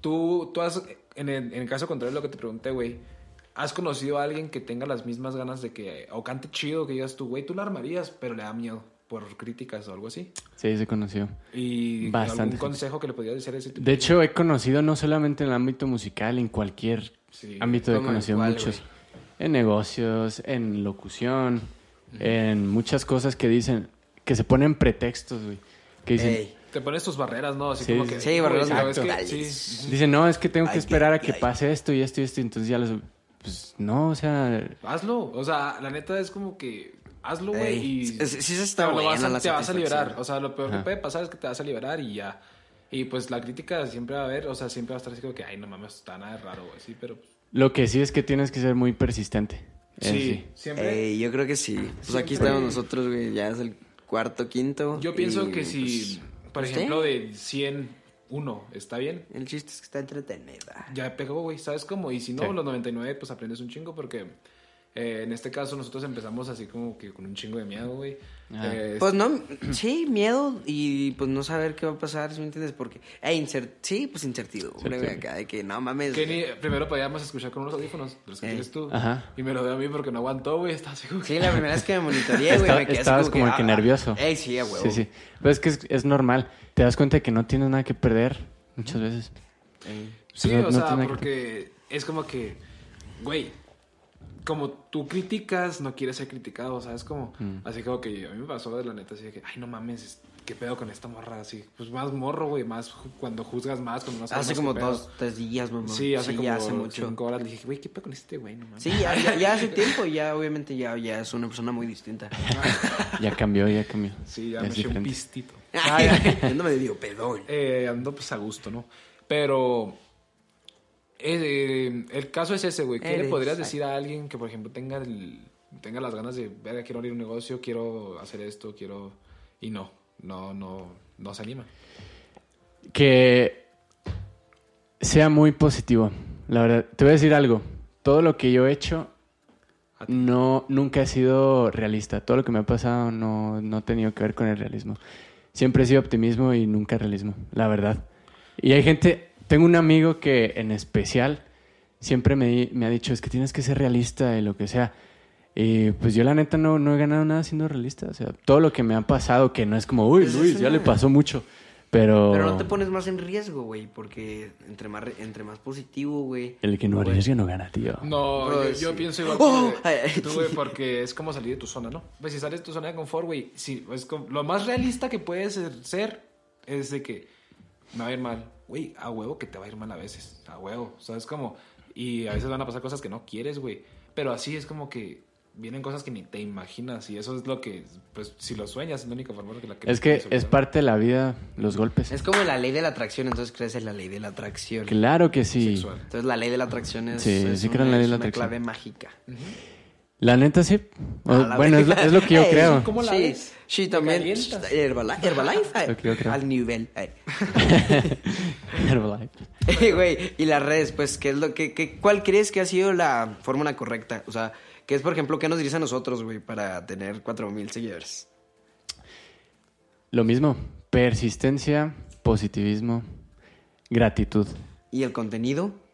Speaker 2: tú, tú has, en el, en el caso contrario a lo que te pregunté, güey, ¿has conocido a alguien que tenga las mismas ganas de que, o cante chido, que digas tú, güey, tú la armarías, pero le da miedo por críticas o algo así?
Speaker 3: Sí, se conoció.
Speaker 2: Y
Speaker 3: Bastante
Speaker 2: algún
Speaker 3: gente.
Speaker 2: consejo que le podrías decir a ese tipo.
Speaker 3: De hecho, he conocido no solamente en el ámbito musical, en cualquier
Speaker 2: Sí.
Speaker 3: ámbito he
Speaker 1: ¿Cómo en
Speaker 3: conocido
Speaker 1: cuál,
Speaker 3: muchos. En negocios, en locución, en muchas cosas que dicen, que se ponen pretextos, güey. Que dicen,
Speaker 1: Ey.
Speaker 2: Te pones tus barreras, ¿no? Así
Speaker 3: Sí,
Speaker 2: como
Speaker 3: sí,
Speaker 2: que.
Speaker 1: sí,
Speaker 2: "Uy,
Speaker 1: barreras
Speaker 2: ¿sabes qué?
Speaker 1: mentales".
Speaker 2: Sí.
Speaker 3: dicen, no, es que tengo que
Speaker 1: Ay,
Speaker 3: esperar a
Speaker 1: qué-
Speaker 3: que
Speaker 1: ay.
Speaker 3: pase esto y esto y esto. y Entonces ya los... Pues no, o sea...
Speaker 2: Hazlo. O sea, la neta es como que hazlo, güey.
Speaker 1: Ey,
Speaker 2: Y
Speaker 1: sí- sí se está
Speaker 2: te lo vas
Speaker 1: buena
Speaker 2: a-
Speaker 1: la
Speaker 2: te vas a
Speaker 1: satisfacción.
Speaker 2: liberar. O sea, lo peor que
Speaker 3: Ajá.
Speaker 2: puede pasar es que te vas a liberar y ya. Y pues la crítica siempre va a haber, o sea, siempre va a estar así como que, ay, no mames, está nada de raro, güey. Sí, pero. pues,
Speaker 3: Lo que sí es que tienes que ser muy persistente. Eso
Speaker 2: Sí, siempre.
Speaker 1: Eh, Ey, yo creo que sí. Pues aquí
Speaker 2: Siempre.
Speaker 1: estamos nosotros, güey. Ya es el cuarto, quinto.
Speaker 2: Yo pienso
Speaker 1: y,
Speaker 2: que si,
Speaker 1: pues,
Speaker 2: por
Speaker 1: pues,
Speaker 2: ejemplo, de 100, uno está bien,
Speaker 1: sí. El chiste es que está entretenida.
Speaker 2: ya pegó, güey, ¿sabes cómo? Y si no,
Speaker 3: Sí.
Speaker 2: los 99, pues aprendes un chingo porque. eh, en este caso nosotros empezamos así como que con un chingo de miedo, güey.
Speaker 3: Ajá.
Speaker 2: Eh,
Speaker 1: Pues no, sí, miedo y pues no saber qué va a pasar, ¿sí me entiendes? Porque, eh, incer- sí, pues incertidumbre, güey,
Speaker 3: Incertidumbre.
Speaker 1: acá de que no mames.
Speaker 2: Kenny, primero podíamos escuchar con unos audífonos, de los que
Speaker 1: Eh,
Speaker 2: tienes tú.
Speaker 3: ajá.
Speaker 2: Y me lo dio a mí porque no aguantó, güey. Estaba así como que-
Speaker 1: Sí, la primera vez que me
Speaker 2: [LAUGHS]
Speaker 1: monitoreé, güey,
Speaker 3: Esta-
Speaker 1: me quedé así
Speaker 3: estabas como el que nervioso.
Speaker 1: "Ah, Ey, sí, a huevo.
Speaker 3: Sí, sí. Pero es que es, es normal. Te das cuenta de que no tienes nada que perder muchas veces. Sí,
Speaker 2: Sí,
Speaker 3: no-
Speaker 2: o
Speaker 3: no
Speaker 2: sea,
Speaker 3: tiene que-
Speaker 2: porque es como que, güey, como tú criticas, no quieres ser criticado, o sea, es como, así como que a mí me pasó de la neta, así de que, ay, no mames, es- qué pedo con esta morra, así, pues más morro, güey, más ju- cuando juzgas más, cuando no sabes
Speaker 1: Hace
Speaker 2: más
Speaker 1: como
Speaker 2: qué pedo.
Speaker 1: dos, tres días, mamá.
Speaker 2: Sí, hace como
Speaker 1: ya hace mucho.
Speaker 2: cinco horas le dije, güey, qué pedo con este güey, no mames.
Speaker 1: Sí, ya, ya- ya hace tiempo, ya obviamente ya, ya es una persona muy
Speaker 2: [LAUGHS]
Speaker 1: distinta.
Speaker 3: Ya cambió, ya cambió.
Speaker 2: Sí, ya
Speaker 3: Ya
Speaker 2: me
Speaker 3: es
Speaker 2: eché un
Speaker 3: diferente.
Speaker 2: pistito.
Speaker 1: Yo no me digo, perdón.
Speaker 2: Eh, ando pues a gusto, ¿no? Pero eh, el caso es ese, güey. ¿Qué le
Speaker 1: Eres-
Speaker 2: podrías decir a alguien que, por ejemplo, tenga, el- tenga las ganas de, verga, quiero abrir un negocio, quiero hacer esto, quiero... Y no, no, no, no se anima.
Speaker 3: que sea muy positivo. La verdad, te voy a decir algo. Todo lo que yo he hecho
Speaker 2: A ti.
Speaker 3: no nunca he sido realista. Todo lo que me ha pasado no, no ha tenido que ver con el realismo. Siempre he sido optimismo y nunca realismo, la verdad. Y hay gente, tengo un amigo que en especial siempre me, di- me ha dicho, es que tienes que ser realista y lo que sea. Y pues yo la neta no, no he ganado nada siendo realista. O sea, todo lo que me ha pasado, que no es como, uy,
Speaker 1: Pues es
Speaker 3: Luis, ya
Speaker 1: una-
Speaker 3: le pasó mucho. Pero...
Speaker 1: Pero no te pones más en riesgo, güey, porque entre más, re- entre más positivo, güey.
Speaker 3: El que no
Speaker 1: Güey.
Speaker 3: arriesga no gana, tío.
Speaker 2: No,
Speaker 1: Bro,
Speaker 2: yo, yo
Speaker 1: sí.
Speaker 2: pienso igual
Speaker 1: [LAUGHS] ¡Oh!
Speaker 2: que
Speaker 1: Ay, ay,
Speaker 2: tú,
Speaker 1: sí.
Speaker 2: güey, porque es como salir de tu zona, ¿no? Pues si sales de tu zona de confort, güey, sí, es como- lo más realista que puedes ser es de que me va a ir mal. Güey, a huevo que te va a ir mal a veces, a huevo, o sea, es como... Y a veces van a pasar cosas que no quieres, güey, pero así es como que vienen cosas que ni te imaginas y eso es lo que, pues, si lo sueñas es la única forma que la
Speaker 3: Es que
Speaker 2: puedes
Speaker 3: es
Speaker 2: evitar.
Speaker 3: parte de la vida los golpes.
Speaker 1: Es como la ley de la atracción, entonces crees en la ley de la atracción.
Speaker 3: Claro que sí.
Speaker 2: Sexual.
Speaker 1: Entonces la ley de la atracción es,
Speaker 3: Sí,
Speaker 1: es
Speaker 3: sí creo
Speaker 1: una,
Speaker 3: en la ley
Speaker 1: es
Speaker 3: de la
Speaker 1: una
Speaker 3: atracción.
Speaker 1: clave mágica.
Speaker 3: La neta sí. O-
Speaker 1: A Ah, la
Speaker 3: bueno, es lo,
Speaker 1: verga.
Speaker 3: es lo que
Speaker 1: [LAUGHS]
Speaker 3: yo
Speaker 1: Ey,
Speaker 3: creo.
Speaker 2: ¿cómo la
Speaker 1: sí,
Speaker 2: ves?
Speaker 1: Sí,
Speaker 2: ¿Te
Speaker 1: también.
Speaker 2: calientas?
Speaker 1: Herbalife, Herbalife ay,
Speaker 3: Lo que yo creo.
Speaker 1: al nivel. ay.
Speaker 3: Herbalife.
Speaker 1: [LAUGHS] Eh, Güey, y las redes, pues, ¿qué es lo que, que- ¿cuál crees que ha sido la fórmula correcta? O sea, ¿qué es, por ejemplo, qué nos dirías a nosotros, güey, para tener 4000 seguidores?
Speaker 3: Lo mismo. Persistencia, positivismo, gratitud.
Speaker 1: ¿Y el contenido? [LAUGHS]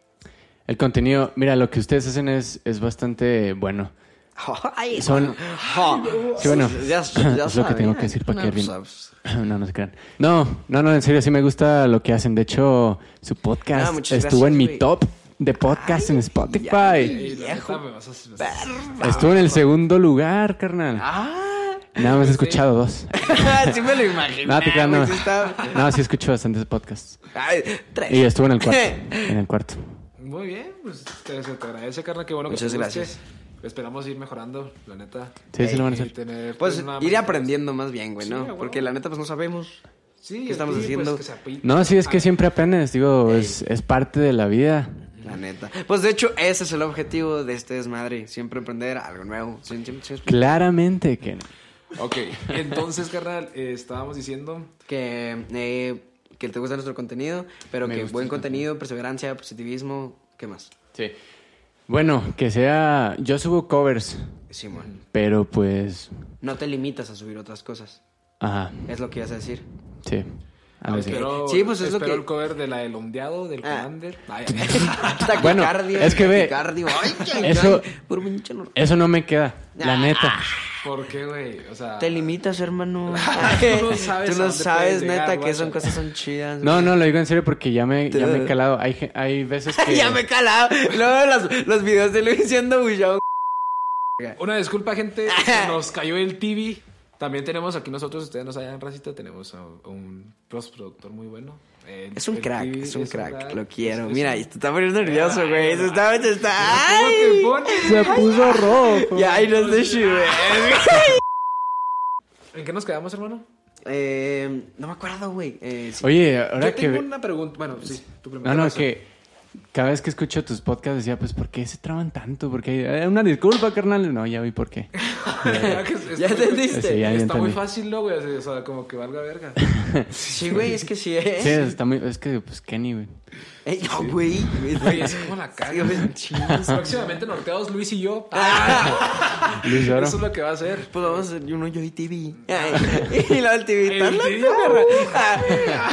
Speaker 3: El contenido, mira, lo que ustedes hacen es, es bastante bueno. [CLEARS THROAT]
Speaker 1: Ay,
Speaker 3: Son-
Speaker 1: bueno.
Speaker 3: [LAUGHS] Sí, bueno,
Speaker 1: [LAUGHS] Ya- ya
Speaker 3: [LAUGHS] es lo que tengo
Speaker 1: sabía.
Speaker 3: que decir
Speaker 1: No,
Speaker 3: para que Ervin-
Speaker 1: pues, pues,
Speaker 3: No, no se crean. No, no, no, en serio, sí me gusta lo que hacen. De hecho, su
Speaker 1: Ah,
Speaker 3: podcast
Speaker 1: muchas
Speaker 3: estuvo en
Speaker 1: gracias,
Speaker 3: mi
Speaker 1: güey.
Speaker 3: top de podcast en
Speaker 2: Ey,
Speaker 3: Spotify.
Speaker 2: la
Speaker 1: Viejo.
Speaker 2: neta, me vas a- me vas a-
Speaker 3: Estuvo en el segundo lugar, carnal.
Speaker 1: Ah, [LAUGHS]
Speaker 3: Nada más he escuchado dos.
Speaker 1: sí me lo imaginé.
Speaker 3: No, te creas, no.
Speaker 1: güey, sí está-
Speaker 3: No, sí escucho bastantes podcasts.
Speaker 1: Ay, tres.
Speaker 3: Y estuve en el cuarto. En el cuarto.
Speaker 2: Muy bien, pues te, se te agradece, carnal, qué bueno
Speaker 1: Muchas
Speaker 2: que te guste.
Speaker 1: gracias.
Speaker 2: Esperamos ir mejorando, la neta.
Speaker 3: Sí, sí lo van a
Speaker 2: Y
Speaker 3: hacer.
Speaker 2: tener,
Speaker 1: [LAUGHS] Pues
Speaker 2: una-
Speaker 1: ir aprendiendo más bien, güey,
Speaker 2: Sí, a
Speaker 1: ¿no?
Speaker 2: huevo.
Speaker 1: Porque la neta, pues no sabemos.
Speaker 2: Sí,
Speaker 1: ¿Qué estamos
Speaker 2: sí, pues,
Speaker 1: haciendo?
Speaker 2: que se api-
Speaker 3: No, sí, es que
Speaker 2: Ah,
Speaker 3: siempre aprendes. Digo, es, es parte de la vida.
Speaker 1: La neta. Pues de hecho, ese es el objetivo de este desmadre. Siempre aprender algo nuevo. Sí, sí, sí, sí.
Speaker 3: Claramente que no.
Speaker 2: Ah, Ok, entonces, carnal, eh, estábamos diciendo...
Speaker 1: Que, eh, que te gusta nuestro contenido, pero
Speaker 3: Me
Speaker 1: que
Speaker 3: gusta
Speaker 1: buen
Speaker 3: el
Speaker 1: contenido, perseverancia, positivismo, ¿qué más?
Speaker 3: Sí. Bueno, que sea. Yo subo covers,
Speaker 1: Simón.
Speaker 3: pero pues.
Speaker 1: No te limitas a subir otras cosas.
Speaker 3: Ajá.
Speaker 1: Es lo que ibas a decir.
Speaker 3: Ah, Sí. A ver.
Speaker 2: Espero,
Speaker 1: Sí, pues, es lo
Speaker 2: espero
Speaker 1: que-
Speaker 2: el cover de la del ondeado, del
Speaker 1: Ah.
Speaker 2: commander.
Speaker 3: [LAUGHS]
Speaker 2: Ay,
Speaker 3: Bueno, es que ve,
Speaker 1: Taquicardia. Ay, ay,
Speaker 3: eso-
Speaker 1: ay, puro pinche nor-
Speaker 3: Eso no me queda, la neta.
Speaker 2: ¿Por qué, güey? O sea...
Speaker 1: Te limitas, [LAUGHS] hermano.
Speaker 2: Tú no sabes
Speaker 1: Tú
Speaker 2: a
Speaker 1: no sabes,
Speaker 2: dónde puedes llegar,
Speaker 1: neta, que
Speaker 2: guacha.
Speaker 1: son cosas son chidas.
Speaker 3: No, no, lo digo en serio porque ya me, ya me he calado. Hay, ge- hay veces que.
Speaker 1: [LAUGHS] ya me he calado. Luego los, los videos de Luis diciendo bullado.
Speaker 2: Una disculpa, gente,
Speaker 1: [LAUGHS]
Speaker 2: se nos cayó el TV. También tenemos aquí nosotros, ustedes no saben, racita, tenemos a un postproductor muy bueno. El-
Speaker 1: Es un
Speaker 2: el
Speaker 1: crack,
Speaker 2: TV
Speaker 1: es un crack, lo
Speaker 2: es-
Speaker 1: quiero.
Speaker 2: es
Speaker 1: Mira,
Speaker 2: un-
Speaker 1: y te está poniendo nervioso, güey. Se está, se está.
Speaker 2: ¿Cómo te
Speaker 1: ¡Ay!
Speaker 2: pones?
Speaker 3: Se puso rojo.
Speaker 1: Ya, ay, no sé si, güey.
Speaker 2: [LAUGHS] ¿En qué nos quedamos, hermano?
Speaker 1: Eh, no me acuerdo, güey. Eh, sí.
Speaker 3: Oye, ahora
Speaker 2: Yo
Speaker 3: que.
Speaker 2: tengo
Speaker 3: ve-
Speaker 2: una pregunta. Bueno, sí, tú primero.
Speaker 3: No, no,
Speaker 2: Vas,
Speaker 3: que cada vez que escucho tus podcasts decía, pues, ¿por qué se traban tanto? Porque hay una disculpa, carnal. No, ya vi por qué.
Speaker 2: [LAUGHS] Ya que es- es-
Speaker 1: Ya entendiste.
Speaker 3: Sí, ya, ya
Speaker 2: Está muy
Speaker 3: entendí.
Speaker 2: fácil, ¿no, güey? O sea, como que valga
Speaker 3: [LAUGHS]
Speaker 2: verga.
Speaker 1: Sí, güey, es que sí, eh.
Speaker 3: Sí, está muy... Es que, pues, Kenny, güey.
Speaker 1: Ey, no, güey.
Speaker 2: Güey, es como la
Speaker 1: Sí,
Speaker 2: caga.
Speaker 1: güey,
Speaker 2: [LAUGHS]
Speaker 1: chingos.
Speaker 2: Próximamente norteados Luis y yo. Ah,
Speaker 3: Luis Oro.
Speaker 2: Eso es lo que va a hacer.
Speaker 3: [LAUGHS]
Speaker 1: Pues vamos a hacer uno yo y TV. Ay, [LAUGHS] y luego el TV.
Speaker 2: Ah. El
Speaker 1: ¿Estás
Speaker 2: TV,
Speaker 1: loco? Ah,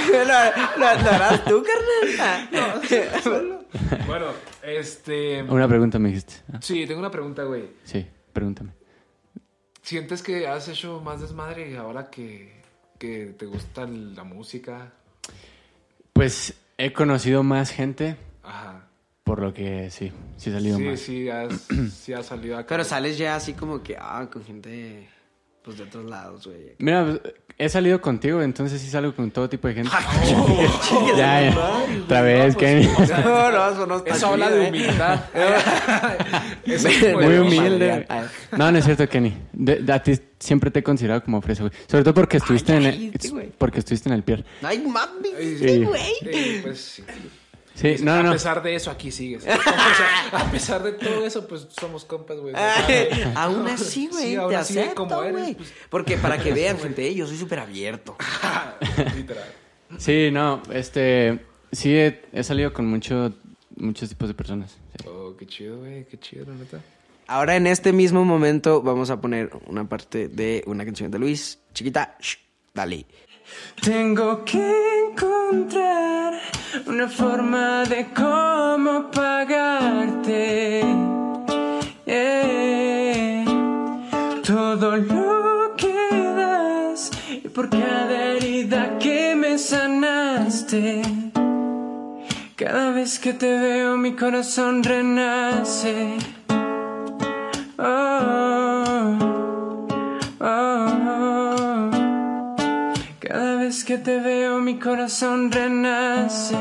Speaker 1: Lo, lo- lo harás tú,
Speaker 2: [LAUGHS]
Speaker 1: carnal. Ah.
Speaker 2: Bueno, este.
Speaker 3: Una pregunta me dijiste. Ah,
Speaker 2: Sí, tengo una pregunta, güey.
Speaker 3: sí, pregúntame.
Speaker 2: ¿Sientes que has hecho más desmadre ahora que, que te gusta la música?
Speaker 3: Pues, He conocido más gente,
Speaker 2: Ajá.
Speaker 3: por lo que sí, sí he salido
Speaker 2: Sí,
Speaker 3: más.
Speaker 2: sí, has, sí has salido acá.
Speaker 1: Pero sales ya así como que, ah, con gente, pues de otros lados, güey.
Speaker 3: Mira, pues, he salido contigo, entonces sí salgo con todo tipo de gente.
Speaker 1: Chingues,
Speaker 3: ya, ya.
Speaker 1: madre,
Speaker 3: Otra vez, Kenny. [LAUGHS]
Speaker 1: No, no, eso no está
Speaker 2: Eso habla
Speaker 1: chido,
Speaker 2: de
Speaker 1: eh.
Speaker 2: [LAUGHS] humildad.
Speaker 1: [LAUGHS]
Speaker 2: Eso es
Speaker 1: Muy
Speaker 3: Muy
Speaker 2: poderoso.
Speaker 1: humilde.
Speaker 3: humilde. No, no es cierto, Kenny. De, de- a ti siempre te he considerado como fresa, güey. Sobre todo porque estuviste en el,
Speaker 1: cállate, güey.
Speaker 3: porque estuviste en el pier.
Speaker 1: Ay, mami,
Speaker 2: Ay,
Speaker 1: sí,
Speaker 3: sí.
Speaker 1: güey.
Speaker 2: Eh, pues, sí. Pues
Speaker 3: Sí, no,
Speaker 2: a
Speaker 3: no.
Speaker 2: pesar de eso, aquí sigues. [LAUGHS] O sea, a pesar de todo eso, pues somos compas, güey.
Speaker 1: Ay, [LAUGHS] aún así, güey,
Speaker 2: Sí, aún
Speaker 1: te
Speaker 2: así de
Speaker 1: acepto,
Speaker 2: como eres,
Speaker 1: güey.
Speaker 2: pues. [LAUGHS]
Speaker 1: Porque para que vean, gente, eh, yo soy súper abierto.
Speaker 2: Literal.
Speaker 3: Sí, no, este, sí he, he salido con mucho, muchos tipos de personas. sí.
Speaker 2: Oh, qué chido, güey. Qué chido, la neta.
Speaker 1: Ahora, en este mismo momento, vamos a poner una parte de una canción de Luis. Chiquita, shh, dale.
Speaker 3: Tengo que encontrar una forma de cómo pagarte. Eh, Todo lo que das y por cada herida que me sanaste. Cada vez que te veo mi corazón renace. Oh, oh, oh. Cada vez que te veo mi corazón renace.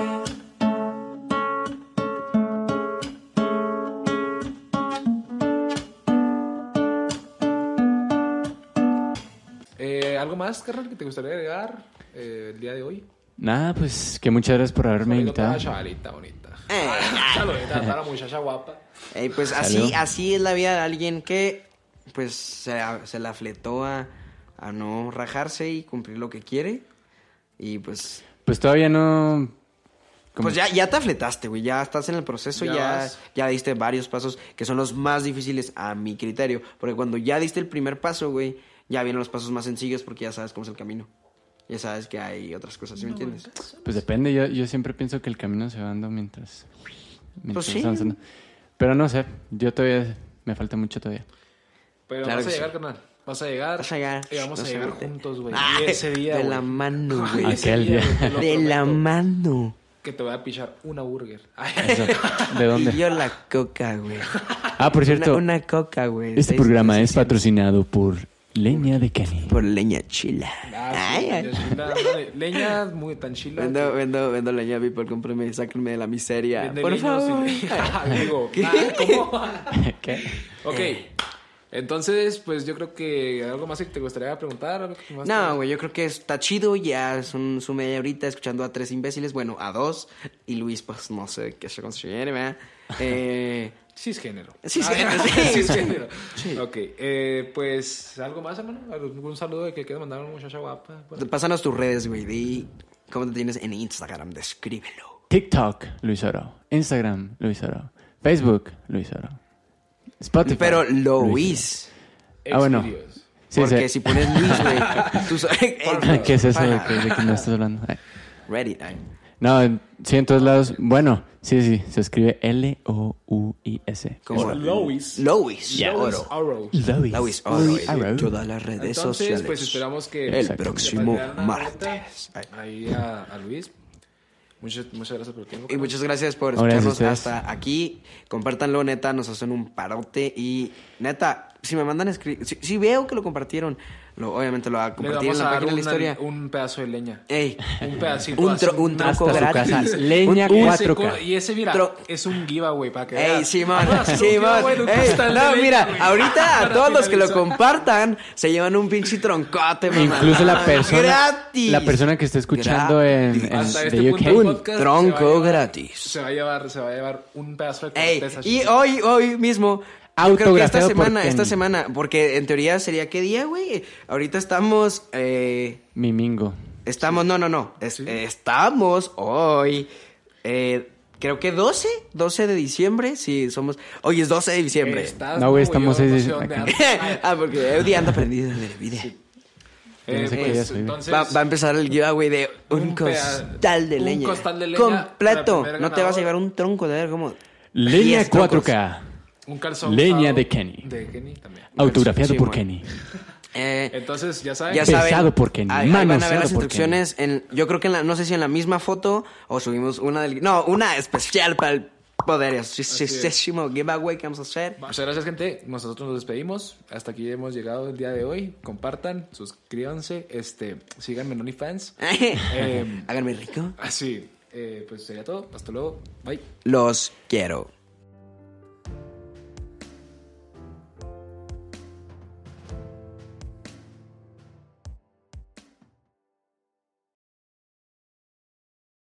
Speaker 2: Eh, ¿Algo más, carnal, que te gustaría agregar eh, el día de hoy?
Speaker 3: Nada, pues que muchas gracias por haberme
Speaker 2: Saludos a
Speaker 3: invitado.
Speaker 2: la chavalita bonita. [LAUGHS]
Speaker 1: Eh,
Speaker 2: Saludos a la muchacha guapa.
Speaker 1: Eh, pues así, así es la vida de alguien que pues se, se la fletó a, a no rajarse y cumplir lo que quiere. Y pues.
Speaker 3: Pues todavía no. como-
Speaker 1: Pues ya, ya te afletaste, güey. Ya estás en el proceso,
Speaker 2: Ya
Speaker 1: ya,
Speaker 2: vas.
Speaker 1: ya diste varios pasos que son los más difíciles a mi criterio. Porque cuando ya diste el primer paso, güey, ya vienen los pasos más sencillos porque ya sabes cómo es el camino. Ya sabes que hay otras cosas, ¿sí me entiendes?
Speaker 3: Pues depende, yo, yo siempre pienso que el camino se va dando mientras.
Speaker 1: Pues
Speaker 3: mientras
Speaker 1: sí.
Speaker 3: avanzando. Pero no sé, yo todavía. Me falta mucho todavía.
Speaker 2: Pero
Speaker 1: Claro
Speaker 2: vas a
Speaker 1: que
Speaker 2: llegar, carnal. Vas a llegar.
Speaker 1: Vas a llegar.
Speaker 2: Y vamos
Speaker 1: No
Speaker 2: a
Speaker 1: sé,
Speaker 2: llegar
Speaker 1: güey.
Speaker 2: juntos, güey.
Speaker 1: Ah,
Speaker 2: Y ese día.
Speaker 1: de la
Speaker 2: güey.
Speaker 1: mano,
Speaker 2: [LAUGHS]
Speaker 1: güey.
Speaker 2: Y ese
Speaker 3: Aquel
Speaker 2: día,
Speaker 3: día.
Speaker 2: güey, te lo
Speaker 1: De la
Speaker 2: prometo
Speaker 1: mano.
Speaker 2: Que te voy a pichar
Speaker 1: [LAUGHS]
Speaker 2: una burger. Ay,
Speaker 3: Eso, ¿De
Speaker 1: Y [LAUGHS]
Speaker 3: dónde?
Speaker 1: yo la coca, güey.
Speaker 3: Ah, por cierto,
Speaker 1: Una, una coca, güey.
Speaker 3: este
Speaker 1: Seis-
Speaker 3: programa es patrocinado por Leña de Kenny. [LAUGHS]
Speaker 1: Por leña chila.
Speaker 2: ah, sí,
Speaker 1: Ay,
Speaker 2: leña
Speaker 1: ay.
Speaker 2: chila, madre. Leña muy tan chila.
Speaker 1: Vendo, vendo, vendo leña, people, cómprame, sáquenme de la miseria.
Speaker 2: Vende
Speaker 1: por
Speaker 2: leños y
Speaker 1: favor.
Speaker 2: leña. Digo, [LAUGHS] ah,
Speaker 3: [LAUGHS]
Speaker 2: ¿cómo?
Speaker 3: ¿Qué?
Speaker 2: Ok. Entonces, pues yo creo que algo más que te gustaría preguntar. algo que
Speaker 1: [LAUGHS]
Speaker 2: más
Speaker 1: No, güey, yo creo que está chido, ya son su media horita escuchando a tres imbéciles, bueno, a dos, y Luis, pues no sé qué se considere, ¿verdad?
Speaker 2: [LAUGHS]
Speaker 1: Eh,
Speaker 2: Cisgénero.
Speaker 1: Cisgénero, [LAUGHS]
Speaker 2: Ah,
Speaker 1: sí.
Speaker 2: cisgénero. Ok, eh, pues algo más, hermano. ¿Algún saludo que quede mandar a una muchacha guapa? Bueno,
Speaker 1: pásanos tus redes, güey, di cómo te tienes en Instagram, descríbelo.
Speaker 3: TikTok, Luis Oro. Instagram, Luis Oro. Facebook, Luis Oro. Spotify.
Speaker 1: Pero
Speaker 3: Oro.
Speaker 1: Luis,
Speaker 3: Ah, bueno.
Speaker 2: Xvideos.
Speaker 3: Sí,
Speaker 1: porque
Speaker 3: sí. [LAUGHS]
Speaker 1: si pones Luis, güey, tú sabes...
Speaker 3: ¿Qué es eso de que, de que no estás hablando?
Speaker 1: [LAUGHS]
Speaker 3: Ay.
Speaker 1: Reddit, ay.
Speaker 3: No, en- sí, en todos lados. Bueno, sí, sí, se escribe L-O-U-I-S.
Speaker 1: ¿Cómo?
Speaker 2: Lois.
Speaker 1: Lois,
Speaker 3: Ya.
Speaker 1: oro.
Speaker 2: Arrow.
Speaker 3: Lois.
Speaker 1: Lois, oro,
Speaker 3: Oro.
Speaker 1: en todas las redes
Speaker 2: Entonces,
Speaker 1: sociales.
Speaker 2: pues esperamos que
Speaker 1: El
Speaker 2: Exacto.
Speaker 1: próximo
Speaker 2: le vayan a dar una
Speaker 1: martes.
Speaker 2: vuelta Ahí a, a Luis. Muchas, muchas gracias por el tiempo.
Speaker 1: Y muchas gracias por
Speaker 3: Ahora es
Speaker 1: escucharnos
Speaker 3: ustedes.
Speaker 1: hasta aquí. Compártanlo, neta, nos hacen un parote. Y neta, si me mandan escribir, si, si veo que lo compartieron, lo, obviamente lo va a
Speaker 2: Le
Speaker 1: compartir en
Speaker 2: vamos a
Speaker 1: la
Speaker 2: dar
Speaker 1: página de la
Speaker 2: una-
Speaker 1: historia.
Speaker 2: un pedazo de leña.
Speaker 1: Ey,
Speaker 2: Un pedacito.
Speaker 1: un, tro-
Speaker 2: así,
Speaker 1: un
Speaker 2: más
Speaker 1: truco
Speaker 3: hasta su
Speaker 1: gratis.
Speaker 3: casa. Leña
Speaker 1: Un- un-
Speaker 3: 4K.
Speaker 2: co- Y ese, mira,
Speaker 1: Tro-
Speaker 2: es un giveaway para que
Speaker 1: Ey,
Speaker 2: veas.
Speaker 1: Simón,
Speaker 2: Ah, es un
Speaker 1: Simón.
Speaker 2: giveaway de un
Speaker 1: Ey,
Speaker 2: costal de
Speaker 1: no,
Speaker 2: leña,
Speaker 1: mira,
Speaker 2: güey.
Speaker 1: ahorita a
Speaker 2: [LAUGHS] Para
Speaker 1: todos los que lo
Speaker 2: finalizar.
Speaker 1: compartan se llevan un pinche troncote, mamá.
Speaker 3: Incluso la persona,
Speaker 1: Gratis.
Speaker 3: la persona que esté escuchando en,
Speaker 1: Gratis.
Speaker 3: en-
Speaker 2: Hasta este
Speaker 3: de
Speaker 2: punto del
Speaker 3: UK.
Speaker 2: podcast, se va a
Speaker 1: Tronco
Speaker 2: llevar-
Speaker 1: gratis.
Speaker 2: Se va a llevar, se va a llevar un pedazo de
Speaker 1: Ey,
Speaker 2: corteza
Speaker 1: y
Speaker 2: chiquita.
Speaker 1: hoy, hoy mismo. Yo creo que esta
Speaker 3: Autografiado por
Speaker 1: semana, esta
Speaker 3: Kenny.
Speaker 1: semana, porque en teoría sería qué día, güey. Ahorita estamos, eh,
Speaker 3: Mimingo.
Speaker 1: estamos, no, no, no, es- eh, estamos hoy, eh, creo que 12, 12 de diciembre, sí, somos, hoy es 12 de diciembre.
Speaker 2: Estás,
Speaker 3: No, güey,
Speaker 2: como yo,
Speaker 3: estamos ahí,
Speaker 2: no sé
Speaker 3: sí,
Speaker 2: dónde
Speaker 3: aquí.
Speaker 2: andas.
Speaker 1: [LAUGHS] ah, porque hoy ando aprendido de la vida.
Speaker 2: Eh,
Speaker 3: No sé qué
Speaker 2: pues,
Speaker 3: día soy, güey.
Speaker 2: entonces,
Speaker 1: Va, va a empezar el giveaway de un,
Speaker 2: Un peda-
Speaker 1: costal de
Speaker 2: un
Speaker 1: leña.
Speaker 2: costal de leña
Speaker 1: Completo.
Speaker 2: para el primer
Speaker 1: No te vas
Speaker 2: ganador.
Speaker 1: a llevar un tronco de ver cómo.
Speaker 3: Leña
Speaker 1: 10 troncos.
Speaker 3: 4K.
Speaker 2: un calzón.
Speaker 3: Leña
Speaker 2: usado
Speaker 3: de Kenny.
Speaker 2: De Kenny también.
Speaker 3: Autografiado
Speaker 1: Sí,
Speaker 3: por
Speaker 1: man.
Speaker 3: Kenny.
Speaker 1: Eh,
Speaker 2: Entonces, ya saben.
Speaker 1: ya
Speaker 3: Pesado
Speaker 1: saben,
Speaker 3: porque no,
Speaker 1: ahí, ahí van a ver
Speaker 3: manoseado
Speaker 1: las
Speaker 3: porque
Speaker 1: instrucciones. En, yo creo que en la- no sé si en la misma foto o subimos una del. No, una especial para el poderosísimo giveaway que vamos a hacer. [LAUGHS]
Speaker 2: Muchas gracias, gente. Nosotros nos despedimos. Hasta aquí hemos llegado el día de hoy. Compartan, suscríbanse, este, síganme en
Speaker 1: [LAUGHS]
Speaker 2: OnlyFans. Eh,
Speaker 1: Háganme rico.
Speaker 2: así, eh, pues sería todo. Hasta luego. Bye.
Speaker 1: Los quiero.